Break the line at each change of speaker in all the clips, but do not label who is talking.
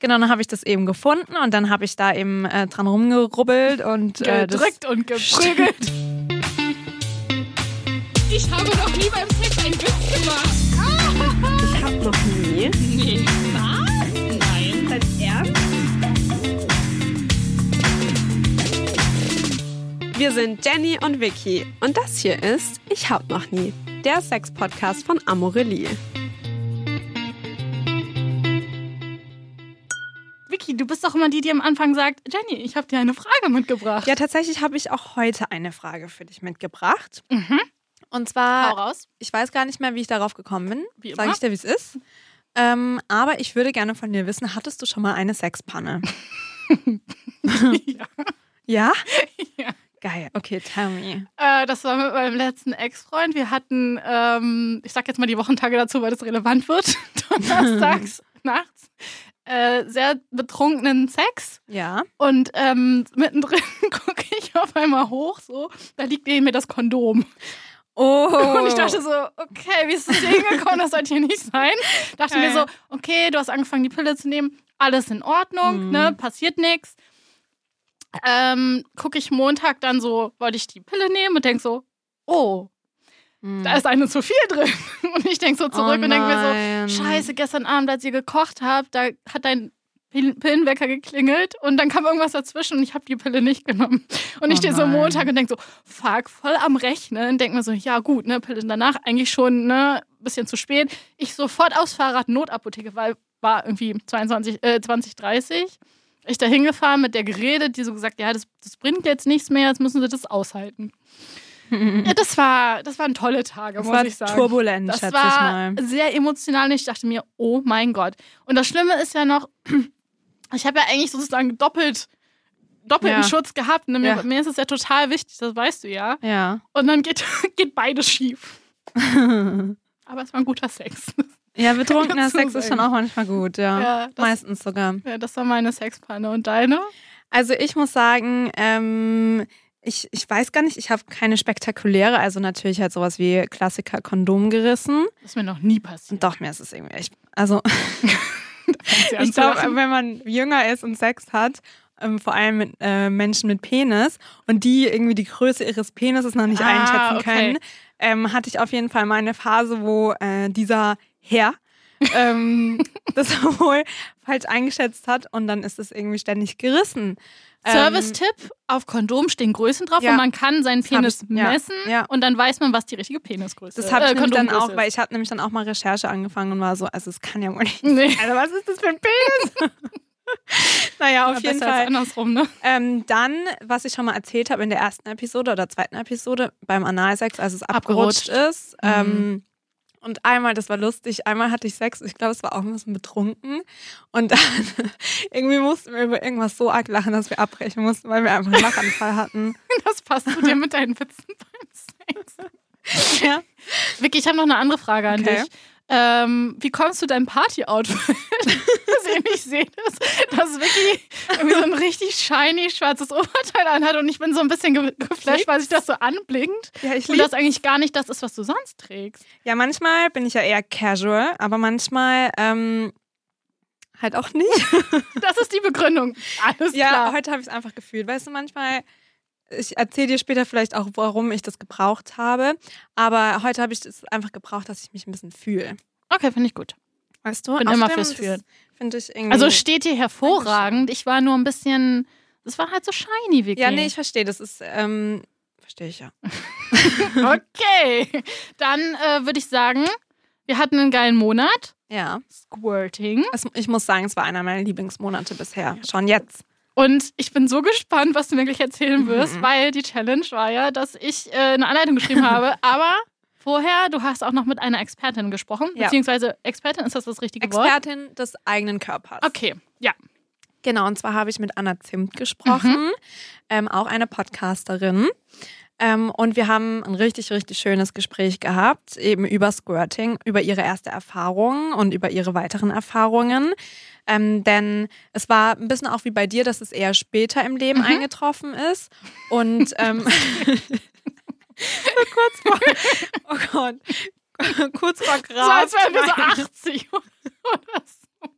Genau, dann habe ich das eben gefunden und dann habe ich da eben äh, dran rumgerubbelt und äh, das
Gedrückt und geprügelt.
Ich habe noch nie beim Sex einen Witz gemacht.
Ich hab noch nie.
Nee. Was? Nein.
Dein Ernst? Wir sind Jenny und Vicky und das hier ist Ich hab noch nie, der Sex-Podcast von Amorelie.
Vicky, du bist doch immer die, die am Anfang sagt, Jenny, ich habe dir eine Frage mitgebracht.
Ja, tatsächlich habe ich auch heute eine Frage für dich mitgebracht.
Mhm.
Und
Hau
zwar,
raus.
ich weiß gar nicht mehr, wie ich darauf gekommen bin.
Wie immer.
Sag ich dir, wie es ist. Ähm, aber ich würde gerne von dir wissen, hattest du schon mal eine Sexpanne?
ja.
ja?
Ja.
Geil. Okay, tell me.
Äh, das war mit meinem letzten Ex-Freund. Wir hatten, ähm, ich sag jetzt mal die Wochentage dazu, weil das relevant wird, donnerstags nachts, äh, sehr betrunkenen Sex.
Ja.
Und ähm, mittendrin gucke ich auf einmal hoch, so, da liegt neben mir das Kondom.
Oh.
Und ich dachte so, okay, wie ist das hier hingekommen? Das sollte hier nicht sein. Dachte mir so,
Geil.
okay, du hast angefangen, die Pille zu nehmen, alles in Ordnung,
Mhm.
ne, passiert nichts. Ähm, gucke ich Montag dann so, wollte ich die Pille nehmen und denk so, oh,
Hm.
da ist eine zu viel drin. Und ich denk so
Oh
zurück und denk mir
nein.
so, scheiße, gestern Abend, als ihr gekocht habt, da hat dein Pill- Pillenwecker geklingelt und dann kam irgendwas dazwischen und ich habe die Pille nicht genommen. Und ich
Oh
stehe so
nein.
Montag und denk so, fuck, voll am Rechnen. Denk mir so, ja gut, ne, Pille danach eigentlich schon, ne, bisschen zu spät. Ich sofort aufs Fahrrad Notapotheke, weil war irgendwie 22, äh, 20, 30. Ich da hingefahren, mit der geredet, die so gesagt, ja, das, das bringt jetzt nichts mehr, jetzt müssen sie das aushalten. Ja, das, war, das waren tolle Tage,
Das
muss
war
ich sagen.
turbulent,
das
schätze ich
war
mal.
sehr emotional und ich dachte mir, oh mein Gott. Und das Schlimme ist ja noch, ich habe ja eigentlich sozusagen doppelt, doppelten
Ja.
Schutz gehabt. Ne? Mir,
Ja.
mir ist es ja total wichtig, das weißt du ja.
Ja.
Und dann geht, geht beides schief. Aber es war ein guter Sex.
ja, betrunkener
Dazu
Sex ist schon
sagen.
auch manchmal gut, ja.
Ja, das-
Meistens sogar.
Ja, das war meine Sexpanne. Und deine?
Also ich muss sagen, ähm, ich, ich weiß gar nicht, ich habe keine spektakuläre, also natürlich halt sowas wie Klassiker Kondom gerissen.
Das ist mir noch nie passiert.
Und doch, mir ist es irgendwie echt. Also
fängt sie an
ich
zu
glaube,
lachen.
wenn man jünger ist und Sex hat, ähm, vor allem mit äh, Menschen mit Penis und die irgendwie die Größe ihres Penises noch nicht
Ah,
einschätzen
okay.
können, ähm, hatte ich auf jeden Fall mal eine Phase, wo äh, dieser Herr ähm, das wohl falsch eingeschätzt hat und dann ist es irgendwie ständig gerissen. Ähm,
Service-Tipp: Auf Kondom stehen Größen drauf
ja.
und man kann seinen
hab
Penis
ich- ja,
messen
ja.
und dann weiß man, was die richtige Penisgröße
Das habe ich
äh,
nämlich dann
Kondomgröße
auch, weil ich habe nämlich dann auch mal Recherche angefangen und war so, also es kann ja wohl nicht.
Nee.
Also was ist das für ein Penis? naja, auf
Auf
jeden
besser Als
Fall.
andersrum, ne?
Ähm, dann, was ich schon mal erzählt habe in der ersten Episode oder zweiten Episode beim Analsex, als es abgerutscht, ist. Ähm, und einmal, das war lustig, einmal hatte ich Sex, ich glaube, es war auch ein bisschen betrunken. Und dann irgendwie mussten wir über irgendwas so arg lachen, dass wir abbrechen mussten, weil wir einfach einen Lachanfall hatten.
Das passt zu dir mit deinen Witzen beim Sex.
ja.
Vicky, ich habe noch eine andere Frage an
Okay.
dich. Ähm, wie kommst du dein Party-Outfit? dass ich nicht sehe, dass, dass Vicky irgendwie so ein richtig shiny schwarzes Oberteil anhat und ich bin so ein bisschen ge geflasht, weil sich das so anblinkt.
Ja, ich
und das eigentlich gar nicht das ist, was du sonst trägst.
Ja, manchmal bin ich ja eher casual, aber manchmal ähm, halt auch nicht.
Das ist die Begründung. Alles
ja, halt
klar.
heute habe ich es einfach gefühlt. Weißt du, manchmal, ich erzähle dir später vielleicht auch, warum ich das gebraucht habe, aber heute habe ich es einfach gebraucht, dass ich mich ein bisschen fühle.
Okay, finde ich gut.
Weißt du?
Bin immer
Außerdem,
fürs
das
Fühlen.
Finde ich irgendwie.
Also steht dir hervorragend. Ich war nur ein bisschen. Es war halt so shiny, Vicky.
ja, nee, ich verstehe. Das ist, ähm, verstehe ich ja.
Okay. Dann äh, würde ich sagen, wir hatten einen geilen Monat.
Ja.
Squirting.
Es, ich muss sagen, es war einer meiner Lieblingsmonate bisher. Schon jetzt.
Und ich bin so gespannt, was du mir gleich
Mhm,
erzählen wirst, weil die Challenge war ja, dass ich äh, eine Anleitung geschrieben habe. Aber vorher, du hast auch noch mit einer Expertin gesprochen.
Ja.
Beziehungsweise Expertin, ist das das richtige Wort?
Expertin des eigenen Körpers.
Okay, ja.
Genau, und zwar habe ich mit Anna Zimt gesprochen, ähm, auch eine Podcasterin. Ähm, und wir haben ein richtig, richtig schönes Gespräch gehabt, eben über Squirting, über ihre erste Erfahrung und über ihre weiteren Erfahrungen. Ähm, denn es war ein bisschen auch wie bei dir, dass es eher später im Leben eingetroffen ist. Und ähm, so kurz vor, oh Gott, kurz vor
So
Grab.
als wären wir so 80 oder so.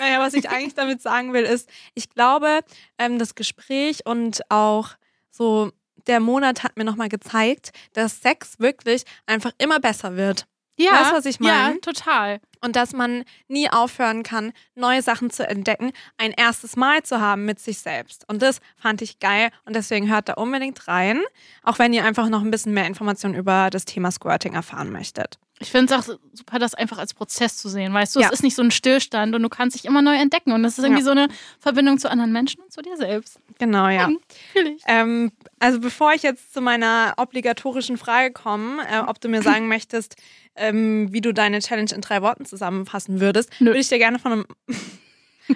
Naja, was ich eigentlich damit sagen will, ist, ich glaube, ähm, das Gespräch und auch so der Monat hat mir nochmal gezeigt, dass Sex wirklich einfach immer besser wird.
Ja,
Weißt du, was ich
ja,
meine?
total.
Und dass man nie aufhören kann, neue Sachen zu entdecken, ein erstes Mal zu haben mit sich selbst. Und das fand ich geil und deswegen hört da unbedingt rein, auch wenn ihr einfach noch ein bisschen mehr Informationen über das Thema Squirting erfahren möchtet.
Ich finde es auch so- super, das einfach als Prozess zu sehen, weißt du?
Ja.
Es ist nicht so ein Stillstand und du kannst dich immer neu entdecken und das ist irgendwie
Ja.
so eine Verbindung zu anderen Menschen und zu dir selbst.
Genau, ja.
Natürlich.
Ähm, also bevor ich jetzt zu meiner obligatorischen Frage komme, äh, ob du mir sagen möchtest, ähm, wie du deine Challenge in drei Worten zusammenfassen würdest,
Nö.
würde ich dir gerne von einem,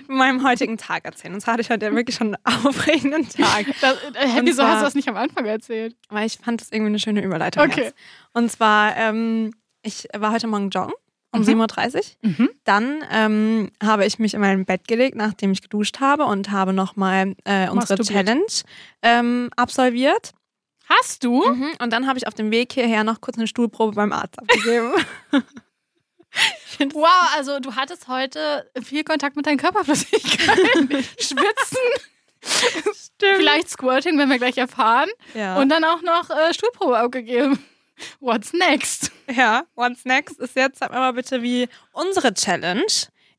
meinem heutigen Tag erzählen. Und zwar hatte ich heute wirklich schon einen aufregenden Tag.
Das, äh, hey,
Und
wieso
zwar-
hast du das nicht am Anfang erzählt?
weil ich fand das irgendwie eine schöne Überleitung.
Okay.
Jetzt. Und zwar, ähm, ich war heute Morgen joggen um
Mhm.
7.30 Uhr.
Mhm.
Dann ähm, habe ich mich in mein Bett gelegt, nachdem ich geduscht habe und habe nochmal äh, unsere
Masturbiert.
Challenge ähm, absolviert.
Hast du?
Mhm. Und dann habe ich auf dem Weg hierher noch kurz eine Stuhlprobe beim Arzt abgegeben.
Wow, also du hattest heute viel Kontakt mit deinen Körperflüssigkeiten. Schwitzen. Vielleicht Squirting, wenn wir gleich erfahren.
ja.
Und dann auch noch äh, Stuhlprobe abgegeben. What's next?
ja, What's Next ist jetzt, sag mir mal bitte, wie unsere Challenge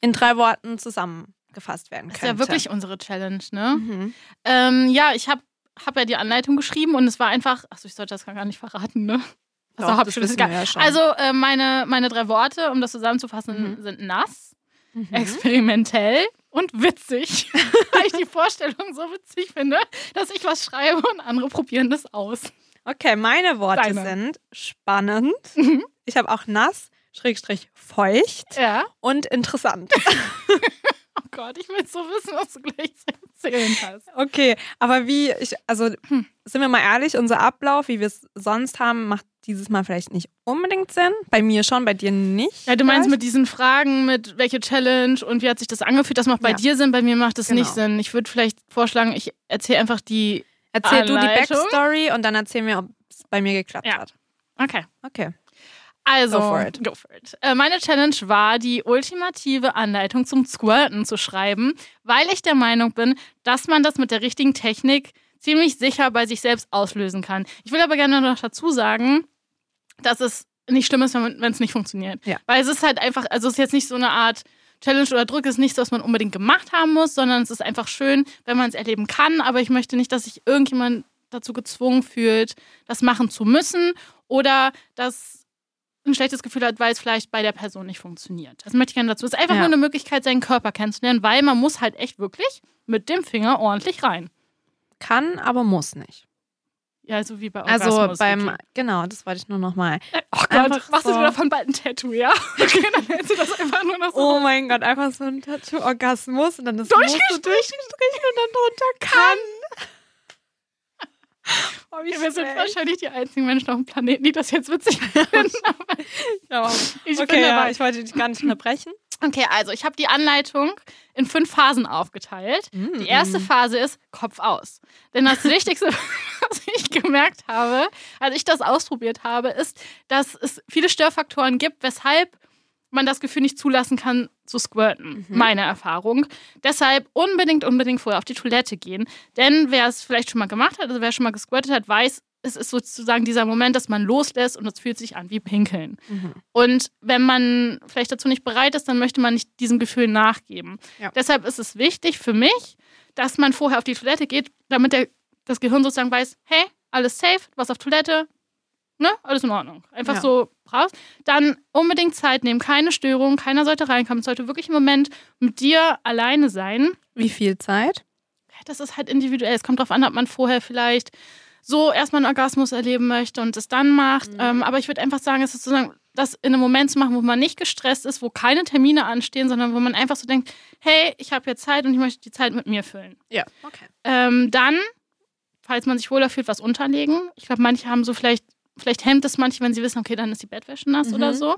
in drei Worten zusammengefasst werden
Das ist
könnte.
ja wirklich unsere Challenge, ne?
Mhm.
Ähm, ja, ich habe hab ja die Anleitung geschrieben und es war einfach. Achso, ich sollte das gar nicht verraten, ne?
Doch,
Also,
das
Hauptschule ist
wissen wir
egal.
ja schon.
also äh, meine, meine drei Worte, um das zusammenzufassen,
Mhm.
sind nass,
Mhm.
experimentell und witzig. Weil ich die Vorstellung so witzig finde, dass ich was schreibe und andere probieren das aus.
Okay, meine Worte
Deine. Mhm.
sind spannend. Ich habe auch nass, schrägstrich feucht
Ja.
und interessant.
Oh Gott, ich will so wissen, was du gleich zu erzählen hast.
Okay, aber wie ich, also
Hm.
sind wir mal ehrlich, unser Ablauf, wie wir es sonst haben, macht dieses Mal vielleicht nicht unbedingt Sinn. Bei mir schon, bei dir nicht.
Ja, du meinst
vielleicht.
mit diesen Fragen, mit welche Challenge und wie hat sich das angefühlt? Das macht bei
Ja.
dir Sinn, bei mir macht das
Genau.
nicht Sinn. Ich würde vielleicht vorschlagen, ich erzähle einfach die.
Erzähl du die
Anleitung?
Backstory und dann erzähl mir, ob es bei mir geklappt
Ja.
hat.
Okay.
Okay.
Also,
Go for it.
go for it. Äh, meine Challenge war, die ultimative Anleitung zum Squirten zu schreiben, weil ich der Meinung bin, dass man das mit der richtigen Technik ziemlich sicher bei sich selbst auslösen kann. Ich will aber gerne noch dazu sagen, dass es nicht schlimm ist, wenn es nicht funktioniert.
Ja.
Weil es ist halt einfach, also es ist jetzt nicht so eine Art Challenge oder Druck, es ist nichts, was man unbedingt gemacht haben muss, sondern es ist einfach schön, wenn man es erleben kann. Aber ich möchte nicht, dass sich irgendjemand dazu gezwungen fühlt, das machen zu müssen oder dass ein schlechtes Gefühl hat, weil es vielleicht bei der Person nicht funktioniert. Das möchte ich gerne dazu. Es ist einfach
Ja.
nur eine Möglichkeit, seinen Körper kennenzulernen, weil man muss halt echt wirklich mit dem Finger ordentlich rein.
Kann, aber muss nicht.
Ja, also wie bei Orgasmus.
Also beim,
Vicky.
genau, das wollte ich nur nochmal.
Oh Gott,
einfach
machst du
so-
dir davon bald ein Tattoo, ja? Okay, dann hältst du das einfach nur noch so.
Oh mein Gott, einfach so ein Tattoo-Orgasmus und dann das
Durchgestrichen.
Oh, musst du durchgestrichen und dann drunter kann. Oh, wie
Wir sind
schlecht.
wahrscheinlich die einzigen Menschen auf dem Planeten, die das jetzt witzig finden. aber Ich
okay,
bin dabei.
Ja, ich wollte dich gar nicht unterbrechen.
Okay, also ich habe die Anleitung in fünf Phasen aufgeteilt. Die erste Phase ist Kopf aus. Denn das Wichtigste, was ich gemerkt habe, als ich das ausprobiert habe, ist, dass es viele Störfaktoren gibt, weshalb man das Gefühl nicht zulassen kann, zu squirten. Meine Erfahrung. Deshalb unbedingt, unbedingt vorher auf die Toilette gehen. Denn wer es vielleicht schon mal gemacht hat, also wer schon mal gesquirtet hat, weiß, es ist sozusagen dieser Moment, dass man loslässt und es fühlt sich an wie Pinkeln. Und wenn man vielleicht dazu nicht bereit ist, dann möchte man nicht diesem Gefühl nachgeben.
Ja.
Deshalb ist es wichtig für mich, dass man vorher auf die Toilette geht, damit der, das Gehirn sozusagen weiß, hey, alles safe, du warst auf Toilette, ne, alles in Ordnung. Einfach
Ja.
so raus. Dann unbedingt Zeit nehmen, keine Störung, keiner sollte reinkommen. Es sollte wirklich im Moment mit dir alleine sein
Wie viel Zeit?
das ist halt individuell. Es kommt darauf an, ob man vorher vielleicht so erstmal einen Orgasmus erleben möchte und es dann macht. Ähm, aber ich würde einfach sagen, es ist sozusagen, das in einem Moment zu machen, wo man nicht gestresst ist, wo keine Termine anstehen, sondern wo man einfach so denkt, hey, ich habe jetzt Zeit und ich möchte die Zeit mit mir füllen.
Ja. Okay.
Ähm, dann, falls man sich wohler fühlt, was unterlegen. Ich glaube, manche haben so vielleicht, vielleicht hemmt es manche, wenn sie wissen, okay, dann ist die Bettwäsche nass
Mhm.
oder so.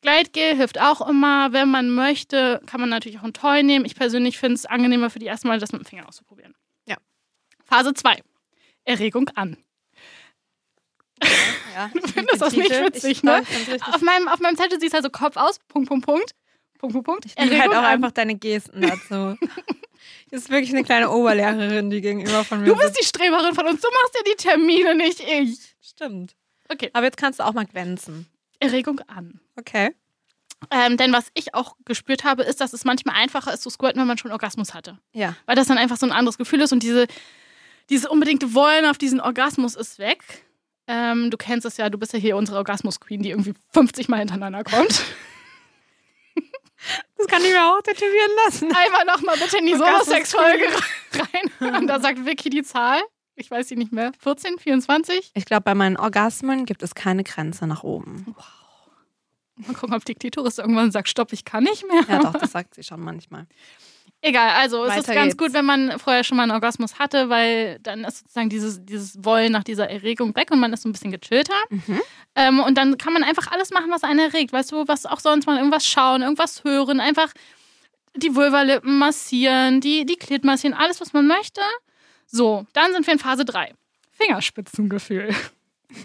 Gleitgel hilft auch immer. Wenn man möchte, kann man natürlich auch ein Toy nehmen. Ich persönlich finde es angenehmer für die ersten Mal, das mit dem Finger auszuprobieren.
Ja.
Phase 2. Erregung an.
Ja, du
findest das nicht witzig, ne?
Ich find's richtig.
halt Auf meinem, auf meinem Zettel siehst du also Kopf aus, Punkt, Punkt, Punkt. Punkt, Punkt, Punkt.
Ich liebe halt
Erregung
auch
an.
einfach deine Gesten dazu. Das ist wirklich eine kleine Oberlehrerin, die gegenüber von mir
Du bist die Streberin von uns, du machst ja die Termine, nicht ich.
sitzt. Stimmt.
Okay,
Aber jetzt kannst du auch mal glänzen.
Erregung an.
Okay.
Ähm, denn was ich auch gespürt habe, ist, dass es manchmal einfacher ist zu squirten, wenn man schon Orgasmus hatte.
Ja.
Weil das dann einfach so ein anderes Gefühl ist und diese, diese unbedingte Wollen auf diesen Orgasmus ist weg. Ähm, du kennst es ja, du bist ja hier unsere Orgasmus-Queen, die irgendwie 50 Mal hintereinander kommt.
Das kann ich mir auch tätowieren lassen.
Einmal nochmal bitte in die
Orgasmus-Queen.
Solo-Sex-Folge rein. Und da sagt Vicky die Zahl. Ich weiß sie nicht mehr. 14, 24?
Ich glaube, bei meinen Orgasmen gibt es keine Grenze nach oben.
Mal gucken, ob die Klitoris irgendwann sagt, stopp, ich kann nicht mehr.
Ja, doch, das sagt sie schon manchmal.
Egal, also es ist
Weiter geht's.
ganz gut, wenn man vorher schon mal einen Orgasmus hatte, weil dann ist sozusagen dieses, dieses Wollen nach dieser Erregung weg und man ist so ein bisschen gechillter.
Mhm.
Ähm, und dann kann man einfach alles machen, was einen erregt. Weißt du, was auch sonst mal irgendwas schauen, irgendwas hören, einfach die Vulvalippen massieren, die, die Klit massieren, alles, was man möchte. So, dann sind wir in Phase 3. Fingerspitzengefühl.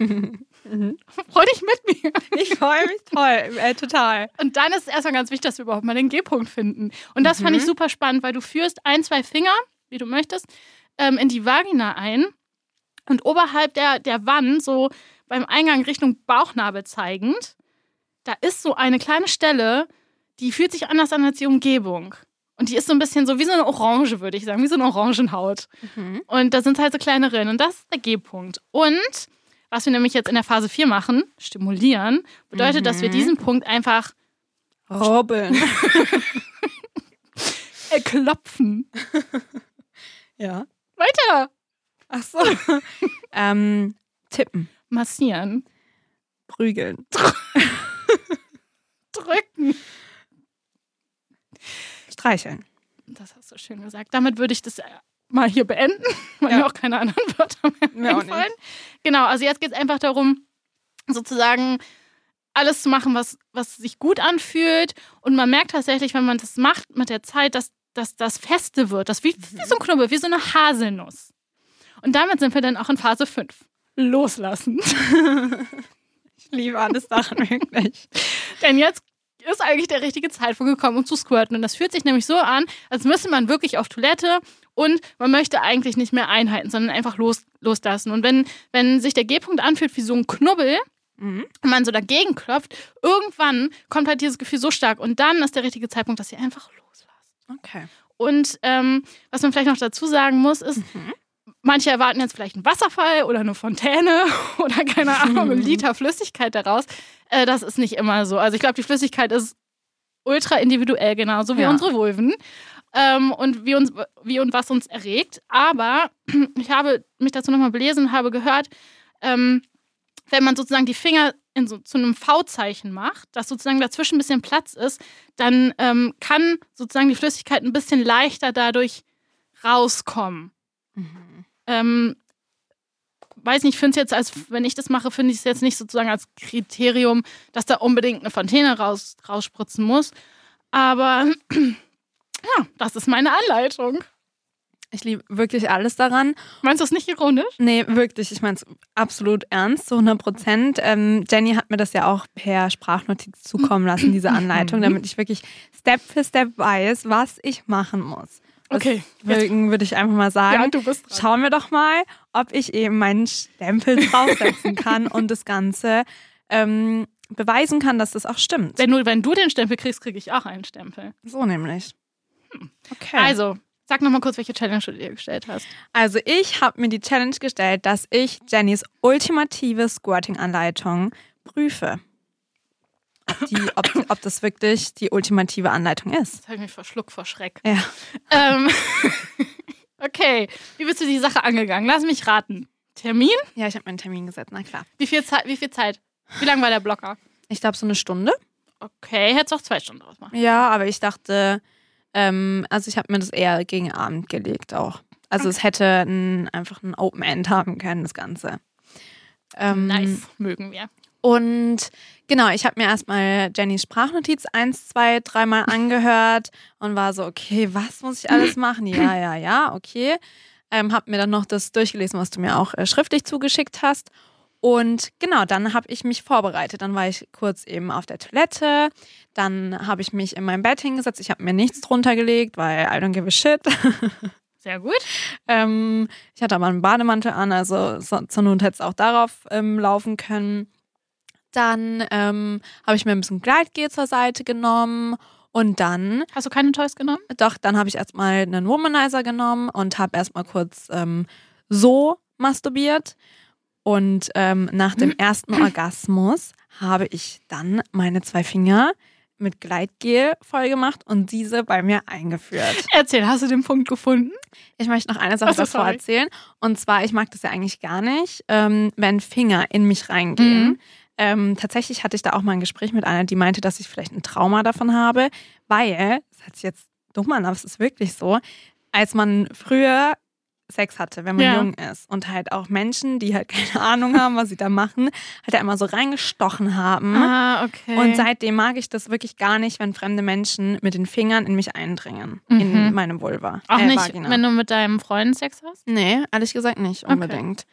Mhm.
Freu dich mit mir.
Ich freue mich toll, äh, total.
Und dann ist es erstmal ganz wichtig, dass wir überhaupt mal den G-Punkt finden. Und das fand ich super spannend, weil du führst ein, zwei Finger, wie du möchtest, ähm, in die Vagina ein und oberhalb der, der Wand, so beim Eingang Richtung Bauchnabel zeigend, da ist so eine kleine Stelle, die fühlt sich anders an als die Umgebung. Und die ist so ein bisschen so wie so eine Orange, würde ich sagen, wie so eine Orangenhaut. Und da sind halt so kleine Rillen. Und das ist der G-Punkt. Und was wir nämlich jetzt in der Phase 4 machen, stimulieren, bedeutet, dass wir diesen Punkt einfach
Robin.
äh, klopfen.
Ja.
Weiter.
Ach so. ähm, tippen.
Massieren.
Prügeln.
Drücken.
Streicheln.
Das hast du schön gesagt. Damit würde ich das äh, mal hier beenden, weil
Ja.
mir auch keine anderen Wörter mehr
Mir auch nicht.
einfallen. Genau, also jetzt geht es einfach darum, sozusagen alles zu machen, was, was sich gut anfühlt. Und man merkt tatsächlich, wenn man das macht mit der Zeit, dass, dass das feste wird. Das wie, wie
Mhm.
so ein Knubbel, wie so eine Haselnuss. Und damit sind wir dann auch in Phase 5. Loslassen.
Ich liebe alles daran wirklich.
Denn jetzt ist eigentlich der richtige Zeitpunkt gekommen, um zu squirten. Und das fühlt sich nämlich so an, als müsste man wirklich auf Toilette und man möchte eigentlich nicht mehr einhalten, sondern einfach los, loslassen. Und wenn, wenn sich der G-Punkt anfühlt wie so ein Knubbel
Mhm.
und man so dagegen klopft, irgendwann kommt halt dieses Gefühl so stark. Und dann ist der richtige Zeitpunkt, dass ihr einfach loslasst.
Okay.
Und ähm, was man vielleicht noch dazu sagen muss, ist, manche erwarten jetzt vielleicht einen Wasserfall oder eine Fontäne oder keine Ahnung, einen Liter Flüssigkeit daraus. Äh, das ist nicht immer so. Also ich glaube, die Flüssigkeit ist ultra individuell, genauso wie
Ja.
unsere Vulven. Ähm, und wie, uns, wie und was uns erregt. Aber ich habe mich dazu nochmal belesen und habe gehört, ähm, wenn man sozusagen die Finger in so, zu einem V-Zeichen macht, dass sozusagen dazwischen ein bisschen Platz ist, dann ähm, kann sozusagen die Flüssigkeit ein bisschen leichter dadurch rauskommen. Ähm, weiß nicht, finde es jetzt als, wenn ich das mache, finde ich es jetzt nicht sozusagen als Kriterium, dass da unbedingt eine Fontäne raus, rausspritzen muss. Aber ja, das ist meine Anleitung.
Ich liebe wirklich alles daran.
Meinst du es nicht ironisch?
Nee, wirklich. Ich meine es absolut ernst, zu 100 Prozent. Ähm, Jenny hat mir das ja auch per Sprachnotiz zukommen lassen, diese
Mhm.
Anleitung, damit ich wirklich Step für Step weiß, was ich machen muss.
Okay,
Deswegen würde ich einfach mal sagen,
Ja, du bist dran.
schauen wir doch mal, ob ich eben meinen Stempel draufsetzen kann und das Ganze ähm, beweisen kann, dass das auch stimmt.
Wenn du, wenn du den Stempel kriegst, kriege ich auch einen Stempel.
So nämlich. Okay.
Also, sag nochmal kurz, welche Challenge du dir gestellt hast.
Also ich habe mir die Challenge gestellt, dass ich Jennys ultimative Squirting-Anleitung prüfe. Ob, die, ob, ob das wirklich die ultimative Anleitung ist.
Jetzt habe ich mich verschluckt vor Schreck.
Ja.
Ähm, okay, wie bist du die Sache angegangen? Lass mich raten. Termin?
Ja, ich habe mir einen Termin gesetzt, na klar.
Wie viel Zeit? Wie, viel Zeit? wie lang war der Blocker?
Ich glaube so eine Stunde.
Okay, hättest auch zwei Stunden draus machen.
Ja, aber ich dachte, ähm, also ich habe mir das eher gegen Abend gelegt auch. Also es hätte ein, einfach ein Open End haben können, das Ganze. Ähm,
Nice, mögen wir.
Und genau, ich habe mir erstmal Jennys Sprachnotiz eins, zwei, dreimal angehört und war so, okay, was muss ich alles machen? Ja, ja, ja, okay. Ähm, habe mir dann noch das durchgelesen, was du mir auch äh, schriftlich zugeschickt hast. Und genau, dann habe ich mich vorbereitet. Dann war ich kurz eben auf der Toilette. Dann habe ich mich in mein Bett hingesetzt. Ich habe mir nichts drunter gelegt, weil I don't give a shit.
Sehr gut.
Ähm, ich hatte aber einen Bademantel an, also so, zur Not hätte es auch darauf ähm, laufen können. Dann ähm, habe ich mir ein bisschen Gleitgel zur Seite genommen und dann,
Hast du keine Toys genommen?
doch, dann habe ich erstmal einen Womanizer genommen und habe erstmal kurz ähm, so masturbiert. Und ähm, nach dem ersten Orgasmus habe ich dann meine zwei Finger mit Gleitgel voll gemacht und diese bei mir eingeführt.
Erzähl, hast du den Punkt gefunden?
Ich möchte noch eine Sache
Ach so,
davor
sorry.
erzählen. Und zwar, ich mag das ja eigentlich gar nicht, ähm, wenn Finger in mich reingehen.
Mhm.
Ähm, tatsächlich hatte ich da auch mal ein Gespräch mit einer, die meinte, dass ich vielleicht ein Trauma davon habe, weil, das hat sich jetzt dumm an, aber es ist wirklich so, als man früher Sex hatte, wenn man
Ja.
jung ist und halt auch Menschen, die halt keine Ahnung haben, was sie da machen, halt da immer so reingestochen haben.
Ah, okay.
Und seitdem mag ich das wirklich gar nicht, wenn fremde Menschen mit den Fingern in mich eindringen, in
Mhm.
meine Vulva.
auch
äh,
nicht,
Vagina.
wenn du mit deinem Freund Sex hast?
Nee, ehrlich gesagt nicht
Okay.
unbedingt.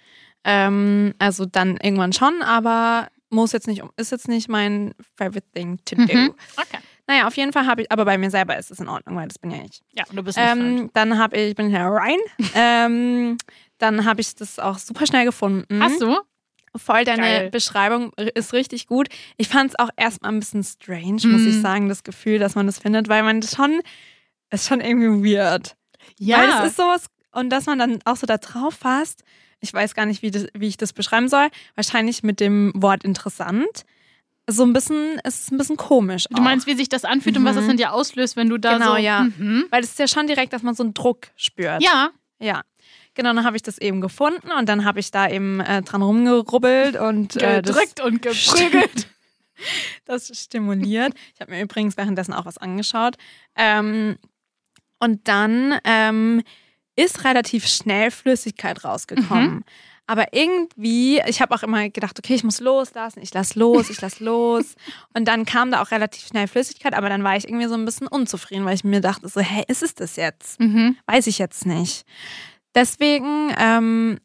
Ähm, also dann irgendwann schon, aber muss jetzt nicht, ist jetzt nicht mein favorite thing to do.
Mhm. Okay.
Naja, auf jeden Fall habe ich, aber bei mir selber ist es in Ordnung, weil das bin ja ich.
Ja, und du bist nicht fremd.
Ähm, dann habe ich, bin ich ja rein. ähm, dann habe ich das auch super schnell gefunden.
Hast du?
Voll deine
Geil.
Beschreibung r- ist richtig gut. Ich fand es auch erstmal ein bisschen strange, muss
Mhm.
ich sagen, das Gefühl, dass man das findet, weil man das schon, ist schon irgendwie weird.
Ja.
Weil es ist sowas, und dass man dann auch so da drauf fasst, ich weiß gar nicht, wie, das, wie ich das beschreiben soll, wahrscheinlich mit dem Wort interessant. So ein bisschen, es ist ein bisschen komisch.
du
auch.
meinst, wie sich das anfühlt und was
Mhm.
es in dir auslöst, wenn du da
Genau,
so...
ja.
Mhm.
Weil es ist ja schon direkt, dass man so einen Druck spürt.
Ja.
Ja. Genau, dann habe ich das eben gefunden und dann habe ich da eben äh, dran rumgerubbelt und äh, das
Gedrückt und geprügelt.
das stimuliert. Ich habe mir übrigens währenddessen auch was angeschaut. Ähm, und dann ähm, ist relativ schnell Flüssigkeit rausgekommen. Aber irgendwie, ich habe auch immer gedacht, okay, ich muss loslassen, ich lass los, ich lass los. Und dann kam da auch relativ schnell Flüssigkeit, aber dann war ich irgendwie so ein bisschen unzufrieden, weil ich mir dachte, so, hä, ist es das jetzt?
Mhm.
Weiß ich jetzt nicht. Deswegen ähm,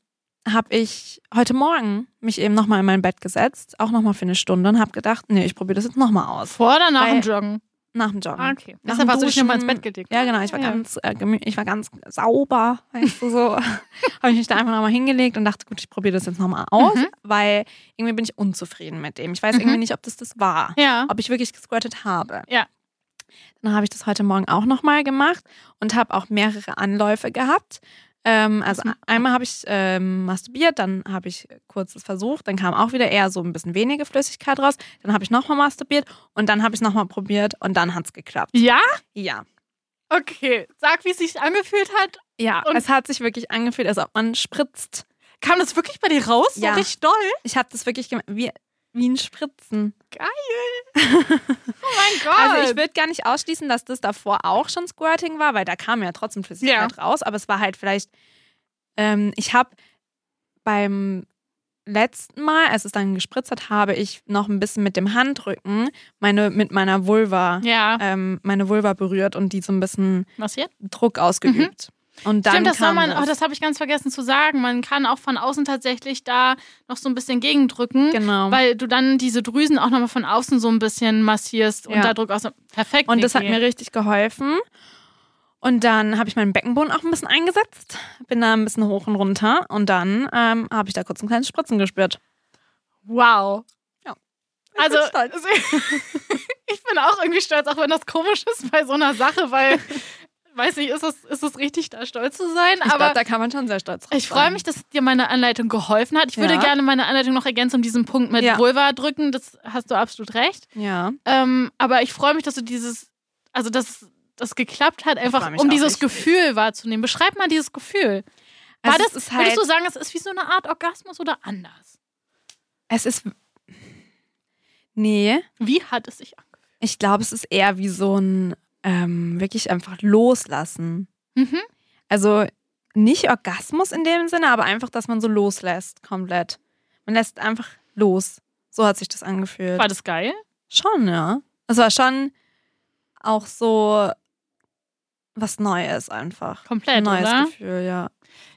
habe ich heute Morgen mich eben nochmal in mein Bett gesetzt, auch nochmal für eine Stunde und habe gedacht, nee, ich probiere das jetzt nochmal aus.
Vor oder nach
Weil-
dem Joggen?
Nach dem Joggen.
Ah, okay.
Nach
Deshalb
dem
hast du dich
Duschen-
nochmal ins Bett gelegt.
Ja, genau. Ich war,
Ja.
Ganz, äh, gemü- ich war ganz sauber, weißt du, so. habe ich mich da einfach nochmal hingelegt und dachte, gut, ich probiere das jetzt nochmal aus,
Mhm.
weil irgendwie bin ich unzufrieden mit dem. Ich weiß
Mhm.
irgendwie nicht, ob das das war
Ja.
ob ich wirklich gesquirtet habe.
Ja.
Dann habe ich das heute Morgen auch nochmal gemacht und habe auch mehrere Anläufe gehabt. Ähm, also
Was-
einmal habe ich ähm, masturbiert, dann habe ich kurz das versucht, dann kam auch wieder eher so ein bisschen weniger Flüssigkeit raus, dann habe ich nochmal masturbiert und dann habe ich es nochmal probiert und dann hat es geklappt.
Ja?
Ja.
Okay. Sag, wie es sich angefühlt hat.
Ja,
Und-
es hat sich wirklich angefühlt, als ob man spritzt.
Kam das wirklich bei dir raus?
Ja.
So richtig doll?
Ich habe das wirklich gemerkt, wie, wie ein Spritzen.
Oh mein Gott.
Also ich würde gar nicht ausschließen, dass das davor auch schon Squirting war, weil da kam ja trotzdem Flüssigkeit raus, aber es war halt vielleicht, ähm, ich habe beim letzten Mal, als es dann gespritzt hat, habe ich noch ein bisschen mit dem Handrücken meine, mit meiner Vulva,
ja.
ähm, meine Vulva berührt und die so ein bisschen
Was jetzt?
Druck ausgeübt. Und dann
Mhm. Stimmt, das soll
kam
man,
das.
oh, das habe ich ganz vergessen zu sagen. Man kann auch von außen tatsächlich da noch so ein bisschen gegendrücken,
genau.
weil du dann diese Drüsen auch nochmal von außen so ein bisschen massierst und
Ja.
da Druck aus. Perfekt.
Und das hat
Niki.
mir richtig geholfen. Und dann habe ich meinen Beckenboden auch ein bisschen eingesetzt, bin da ein bisschen hoch und runter und dann ähm, habe ich da kurz ein kleines Spritzen gespürt.
Wow.
Ja. Ich
Also,
bin stolz.
ich bin auch irgendwie stolz, auch wenn das komisch ist bei so einer Sache, weil, weiß nicht, ist es, ist es richtig, da stolz zu sein?
Ich
aber
glaube, da kann man schon sehr stolz drauf
ich freue
sein.
mich, dass dir meine Anleitung geholfen hat. Ich würde
Ja.
gerne meine Anleitung noch ergänzen um diesen Punkt mit
Ja.
Vulva drücken. Das hast du absolut recht.
Ja,
Ähm, aber ich freue mich, dass du dieses, also dass das geklappt hat, einfach
freu mich
um
auch
dieses
richtig.
Gefühl wahrzunehmen. Beschreib mal dieses Gefühl. War
Also es
das,
ist halt-
würdest du sagen, es ist wie so eine Art Orgasmus oder anders?
es ist. Nee,
Wie hat es sich angefühlt?
ich glaube, es ist eher wie so ein ähm, wirklich einfach loslassen.
Mhm.
Also nicht Orgasmus in dem Sinne, aber einfach, dass man so loslässt komplett. Man lässt einfach los. So hat sich das angefühlt.
War das geil?
Also Schon, ja. Es war schon auch so was Neues einfach.
Komplett,
Ein neues
oder?
Gefühl, ja.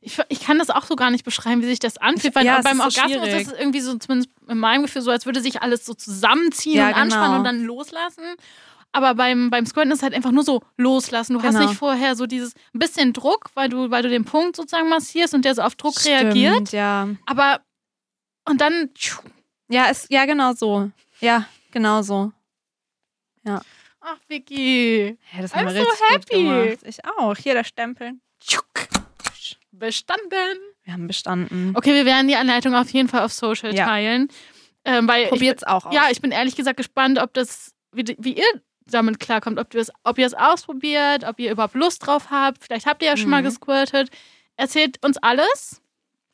Ich, ich kann das auch so gar nicht beschreiben, wie sich das anfühlt, weil
Ja,
auch
es
beim
ist so
Orgasmus
schwierig.
ist es irgendwie so, zumindest in meinem Gefühl, so, als würde sich alles so zusammenziehen
Ja,
und anspannen
genau.
und dann loslassen. Aber beim, beim Squirten ist halt einfach nur so loslassen. Du hast
Genau.
nicht vorher so dieses ein bisschen Druck, weil du, weil du den Punkt sozusagen massierst und der so auf Druck reagiert.
Stimmt, ja.
Aber und dann, tschu,
Ja, ist, ja, genau so. Ja, genau so.
ach Vicky,
Ja, das
I'm
haben wir
so
richtig
happy.
gut gemacht. Ich auch. Hier der Stempel.
tschuk, bestanden.
Wir haben bestanden.
Okay, wir werden die Anleitung auf jeden Fall auf Social
Ja.
teilen. Ähm, weil ich-
Probiert's auch aus.
Ja, ich bin ehrlich gesagt gespannt, ob das, wie, wie ihr damit klarkommt, ob, du es, ob ihr es ausprobiert, ob ihr überhaupt Lust drauf habt. Vielleicht habt ihr ja schon mal
Mhm.
gesquirtet. Erzählt uns alles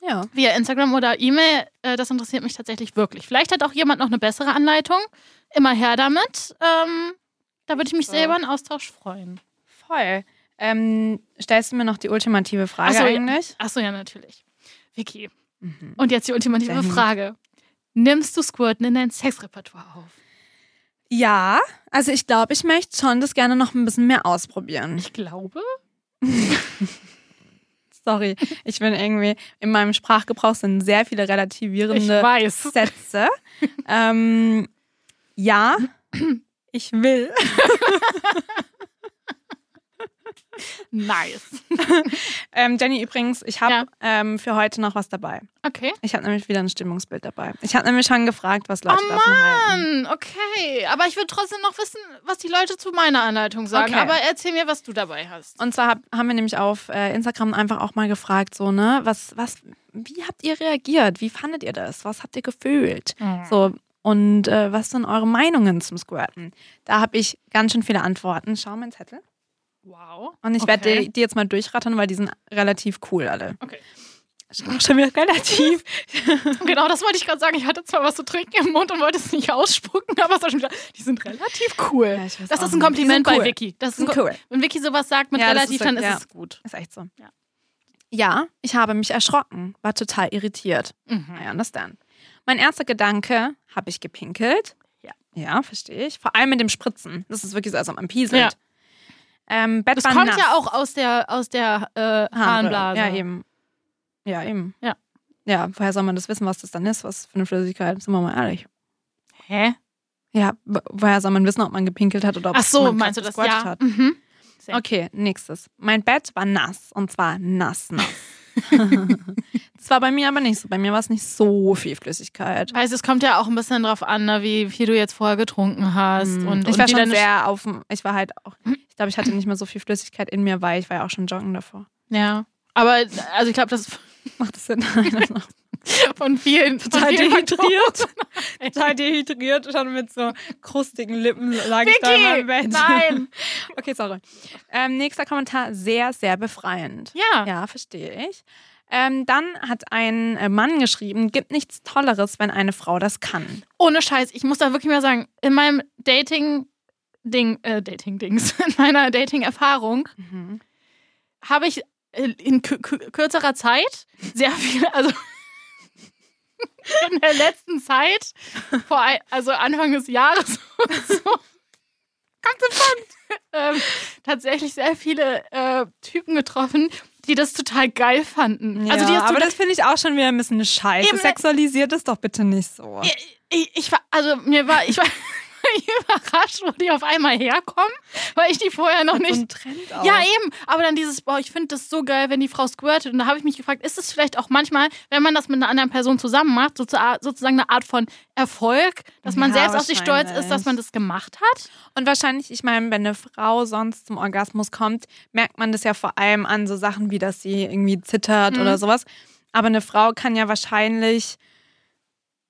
ja.
via Instagram oder E-Mail. Äh, Das interessiert mich tatsächlich wirklich. Vielleicht hat auch jemand noch eine bessere Anleitung. Immer her damit. Ähm, da würde ich mich
So.
selber einen Austausch freuen.
Voll. Ähm, stellst du mir noch die ultimative Frage
Ach so, ja.
eigentlich?
Achso, ja, natürlich. Vicky.
Mhm.
Und jetzt die ultimative
Jenny.
Frage. Nimmst du Squirten in dein Sexrepertoire auf?
Ja, also ich glaube, ich möchte schon das gerne noch ein bisschen mehr ausprobieren.
Ich glaube.
Sorry, ich bin irgendwie in meinem Sprachgebrauch sind sehr viele
Ich
relativierende
weiß.
Sätze. ähm, ja, ich will.
Nice.
Ähm, Jenny, übrigens, ich habe
Ja.
ähm, für heute noch was dabei.
Okay.
Ich habe nämlich wieder ein Stimmungsbild dabei. Ich habe nämlich schon gefragt, was Leute
Oh
davon halten.
Mann, okay. Aber ich will trotzdem noch wissen, was die Leute zu meiner Anleitung sagen.
Okay.
Aber erzähl mir, was du dabei hast.
Und zwar hab, haben wir nämlich auf äh, Instagram einfach auch mal gefragt, so, ne, was, was, wie habt ihr reagiert? Wie fandet ihr das? Was habt ihr gefühlt?
Mhm.
So, und äh, was sind eure Meinungen zum Squirten? Da habe ich ganz schön viele Antworten. Schau mal ins Zettel.
Wow.
Und ich
okay.
werde die, die jetzt mal durchrattern, weil die sind relativ cool alle.
Okay.
Schon schon wieder relativ.
Genau, das wollte ich gerade sagen. Ich hatte zwar was zu trinken im Mund und wollte es nicht ausspucken, aber es war schon wieder. Die sind relativ cool.
Ja, ich weiß
das
auch
ist ein
nicht.
Kompliment
Die sind
bei
cool.
Vicky. Das ist ein
Sind
Ko-
cool.
Wenn Vicky sowas sagt mit
Ja, das
relativ,
ist so-
dann ist
ja.
es gut.
Ist echt so.
Ja.
Ja, ich habe mich erschrocken, war total irritiert.
Mhm.
I understand. Mein erster Gedanke, habe ich gepinkelt?
Ja.
Ja, verstehe ich. Vor allem mit dem Spritzen. Das ist wirklich so, als ob man pieselt.
Ja.
Ähm, Bett
Das
war
kommt
nass.
ja auch aus der, aus der äh,
Haare.
Harnblase.
Ja, eben. Ja, eben.
Ja.
Ja, woher soll man das wissen, was das dann ist? Was für eine Flüssigkeit? Sind wir mal ehrlich.
Hä?
Ja, w- woher soll man wissen, ob man gepinkelt hat oder ob
Ach so,
man
meinst du
gerade
das?
gesquirtet
Ja.
Hat?
Mhm. Same.
Okay, nächstes. Mein Bett war nass und zwar nass, nass. das war bei mir aber nicht so. Bei mir war es nicht so viel Flüssigkeit.
Weißt du, es kommt ja auch ein bisschen drauf an, ne, wie viel du jetzt vorher getrunken hast.
Mhm.
Und,
ich
und
war
wie
schon
deine
sehr auf dem, ich war halt auch, ich glaube, ich hatte nicht mehr so viel Flüssigkeit in mir, weil ich war ja auch schon joggen davor.
Ja. Aber also ich glaube, das ist
Macht das Sinn? Nein, nein, nein.
von vielen
total
von vielen Faktoren.
dehydriert. total dehydriert, schon mit so krustigen Lippen lag ich da in meinem
Vicky!
Bett.
Nein!
Okay, sorry. Ähm, nächster Kommentar, sehr, sehr befreiend.
Ja.
Ja, verstehe ich. Ähm, dann hat ein äh, Mann geschrieben, gibt nichts Tolleres, wenn eine Frau das kann.
Ohne Scheiß, ich muss da wirklich mal sagen, in meinem Dating Ding äh, Dating Dings, in meiner Dating Erfahrung
Mhm.
habe ich äh, in kü- kü- kürzerer Zeit sehr viel also in der letzten Zeit vor ein, also Anfang des Jahres und so ganz im Punkt, ähm, tatsächlich sehr viele äh, Typen getroffen, die das total geil fanden. also die
ja,
das
aber
total,
das finde ich auch schon wieder ein bisschen scheiße.
Eben, ne-
Sexualisiert es doch bitte nicht so.
ich, ich, ich war, also mir war, ich war überrascht, wo die auf einmal herkommen, weil ich die vorher noch
So
nicht.
ein Trend auch.
Ja, eben. Aber dann dieses, boah, ich finde das so geil, wenn die Frau squirtet. Und da habe ich mich gefragt, ist es vielleicht auch manchmal, wenn man das mit einer anderen Person zusammen macht, so zu- sozusagen eine Art von Erfolg, dass man
Ja,
selbst auf sich stolz ist, dass
wahrscheinlich.
man das gemacht hat?
Und wahrscheinlich, ich meine, wenn eine Frau sonst zum Orgasmus kommt, merkt man das ja vor allem an so Sachen wie, dass sie irgendwie zittert
Mhm.
oder sowas. Aber eine Frau kann ja wahrscheinlich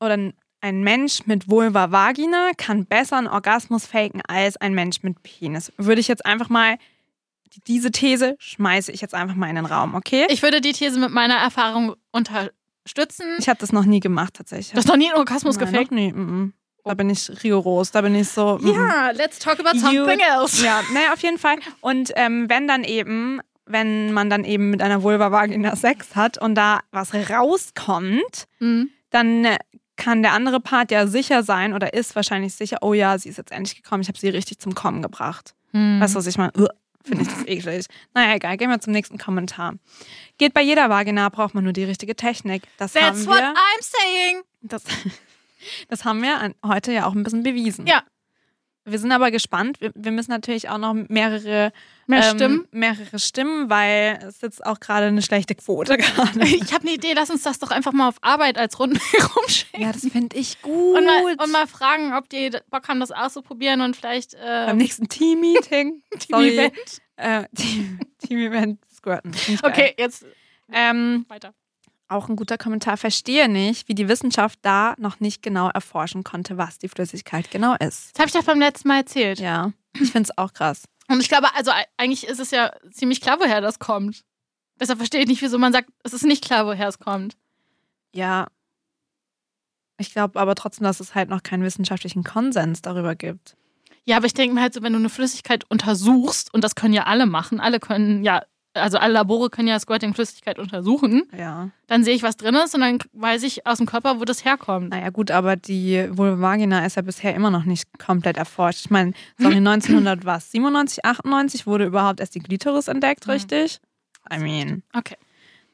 oder n- ein Mensch mit Vulva Vagina kann besser einen Orgasmus faken als ein Mensch mit Penis. Würde ich jetzt einfach mal diese These schmeiße ich jetzt einfach mal in den Raum, okay? Ich,
Ich würde die These mit meiner Erfahrung unterstützen.
habe das noch nie gemacht tatsächlich.
Du hast noch nie einen Orgasmus
Nein,
gefaked. Oh.
noch nie. mhm. Da bin ich rigoros, da bin ich so. mhm.
Ja, let's talk about something
You-
else.
Ja, naja, auf jeden Fall. Und ähm, wenn dann eben, wenn man dann eben mit einer Vulva-Vagina Sex hat und da was rauskommt,
Mhm.
dann äh, kann der andere Part ja sicher sein oder ist wahrscheinlich sicher, oh ja, sie ist jetzt endlich gekommen, ich habe sie richtig zum Kommen gebracht.
Mhm.
Weißt du, was ich meine? Uah, Finde ich das eklig. Naja, egal. Gehen wir zum nächsten Kommentar. Geht bei jeder Vagina, braucht man nur die richtige Technik. Das
That's
haben
what
wir.
I'm saying.
Das, das haben wir an, heute ja auch ein bisschen bewiesen.
Ja.
Wir sind aber gespannt. Wir, wir müssen natürlich auch noch mehrere
Mehr
ähm,
Stimmen.
mehrere Stimmen, weil es jetzt auch gerade eine schlechte Quote gerade.
Ich habe eine Idee, lass uns das doch einfach mal auf Arbeit als Runden rumschicken.
ja, das finde ich gut.
Und mal, und mal fragen, ob die Bock haben, das auszuprobieren und vielleicht.
Beim
Äh,
nächsten Team-Meeting. Sorry.
Event.
Äh, Team- Team-Event squirten. Nicht geil.
okay, jetzt
Ähm,
weiter.
Auch ein guter Kommentar. Verstehe nicht, wie die Wissenschaft da noch nicht genau erforschen konnte, was die Flüssigkeit genau ist.
Das habe ich doch beim letzten Mal erzählt.
Ja, ich finde es auch krass.
Und ich glaube, also e- eigentlich ist es ja ziemlich klar, woher das kommt. Deshalb verstehe ich nicht, wieso man sagt, es ist nicht klar, woher es kommt.
Ja. Ich glaube aber trotzdem, dass es halt noch keinen wissenschaftlichen Konsens darüber gibt.
Ja, aber ich denke mir halt so, wenn du eine Flüssigkeit untersuchst, und das können ja alle machen, alle können ja, also alle Labore können ja Squirting-Flüssigkeit untersuchen,
Ja.
dann sehe ich, was drin ist und dann weiß ich aus dem Körper, wo das herkommt.
Naja, gut, aber die Vulvagina ist ja bisher immer noch nicht komplett erforscht. Ich meine, sorry, 1900 was? 97, 98 wurde überhaupt erst die Glitoris entdeckt,
Mhm.
richtig? I mean.
Okay,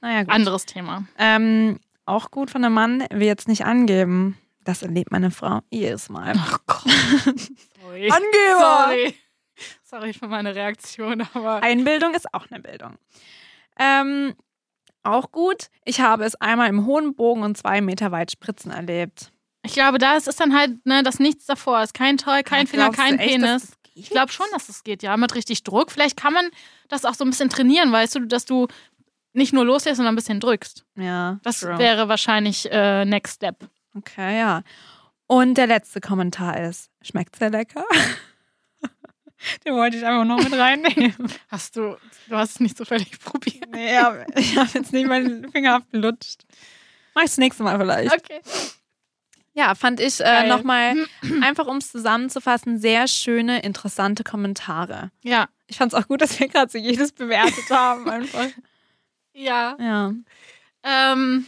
Naja, gut.
anderes Thema.
Ähm, auch gut von einem Mann, will jetzt nicht angeben. Das erlebt meine Frau jedes Mal.
Ach Gott. Sorry.
Angeber!
Sorry. Sorry für meine Reaktion, aber.
Einbildung ist auch eine Bildung. Ähm, auch gut, ich habe es einmal im hohen Bogen und zwei Meter weit Spritzen erlebt.
Ich glaube, da ist es dann halt, ne, dass nichts davor ist. Kein Toy, kein
Ja,
Finger,
glaubst du
kein
echt, dass
Penis.
das geht?
Ich glaube schon, dass es geht, ja, mit richtig Druck. Vielleicht kann man das auch so ein bisschen trainieren, weißt du, dass du nicht nur loslässt, sondern ein bisschen drückst.
Ja,
Das
true.
wäre wahrscheinlich äh, Next Step.
Okay, ja. Und der letzte Kommentar ist: Schmeckt sehr lecker? Den wollte ich einfach noch mit reinnehmen.
Hast du, du hast es nicht zufällig probiert.
nee, aber ich habe jetzt nicht meinen Finger abgelutscht. Mach ich das nächste Mal vielleicht.
Okay.
Ja, fand ich äh,
Geil.
nochmal, einfach um es zusammenzufassen, sehr schöne, interessante Kommentare.
Ja.
Ich fand es auch gut, dass wir gerade so jedes bewertet haben, einfach.
Ja.
Ja.
Ähm,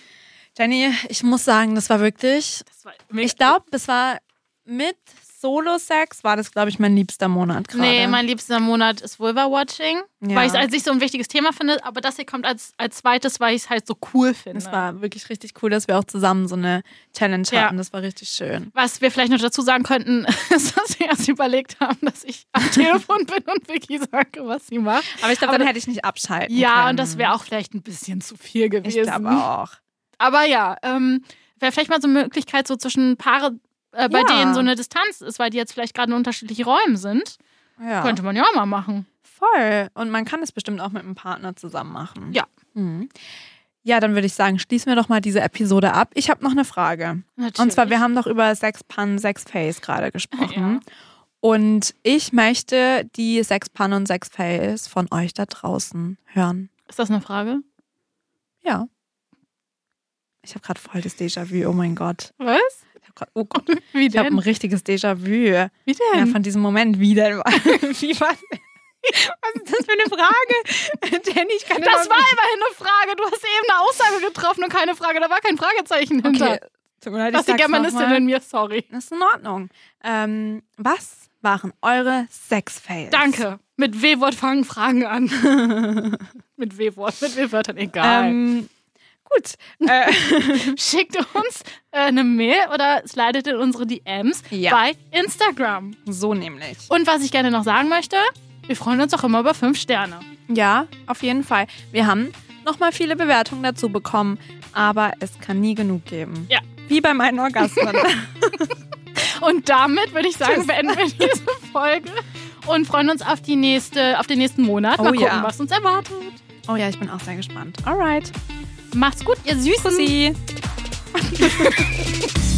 Jenny, ich muss sagen, das war wirklich.
das war
Ich glaube, das war mit Solo-Sex, war das, glaube ich, mein liebster Monat gerade.
Nee, mein liebster Monat ist Vulva-Watching,
Ja.
weil ich es als nicht so ein wichtiges Thema finde, aber das hier kommt als, als zweites, weil ich es halt so cool finde.
Es war wirklich richtig cool, dass wir auch zusammen so eine Challenge
Ja.
hatten. Das war richtig schön.
Was wir vielleicht noch dazu sagen könnten, ist, dass wir erst überlegt haben, dass ich am Telefon bin und Vicky sage, was sie macht.
Aber ich glaube,
Aber
dann
das-
hätte ich nicht abschalten können.
Ja, und das wäre auch vielleicht ein bisschen zu viel
Ich
gewesen.
glaube auch.
Aber ja, ähm, wäre vielleicht mal so eine Möglichkeit, so zwischen Paare, äh, bei
Ja.
denen so eine Distanz ist, weil die jetzt vielleicht gerade in unterschiedlichen Räumen sind.
Ja.
Könnte man ja auch mal machen.
Voll. Und man kann es bestimmt auch mit einem Partner zusammen machen.
Ja.
Mhm. Ja, dann würde ich sagen, schließen wir doch mal diese Episode ab. Ich habe noch eine Frage.
Natürlich.
Und zwar, wir haben doch über Sexpan, Sexface gerade gesprochen. Und ich möchte die Sexpan und Sexface von euch da draußen hören.
Ist das eine Frage?
Ja. Ich habe gerade voll das Déjà-vu. Oh mein Gott.
Was?
Ich hab grad, oh Gott.
Wie
Ich habe ein
denn?
richtiges Déjà-vu.
Wie
Ja,
denn?
von diesem Moment wieder. Wie war Was ist das für eine Frage? Jenny, ich kann
das
überhaupt
war immerhin eine Frage. Du hast eben eine Aussage getroffen und keine Frage. Da war kein Fragezeichen hinter.
Okay, tut mir leid,
Das ist
ich sag's
die Germanistin
nochmal.
in mir, sorry.
Das ist in Ordnung. Ähm, was waren eure Sexfails?
Danke. Mit W-Wort fangen Fragen an. mit W-Wort, mit W-Wörtern, egal.
Ähm, gut. Äh,
Schickt uns äh, eine Mail oder slidet in unsere DMs
Ja.
bei Instagram.
so nämlich.
Und was ich gerne noch sagen möchte, wir freuen uns auch immer über 5 Sterne.
Ja, auf jeden Fall. Wir haben nochmal viele Bewertungen dazu bekommen, aber es kann nie genug geben.
Ja.
Wie bei meinen Orgasmen.
Und damit würde ich sagen,
Tschüss.
beenden wir diese Folge und freuen uns auf, die nächste, auf den nächsten Monat. Mal
Oh
gucken,
ja.
was uns erwartet.
oh ja, ich bin auch sehr gespannt. Alright.
Macht's gut, ihr Süßen.
Pussy.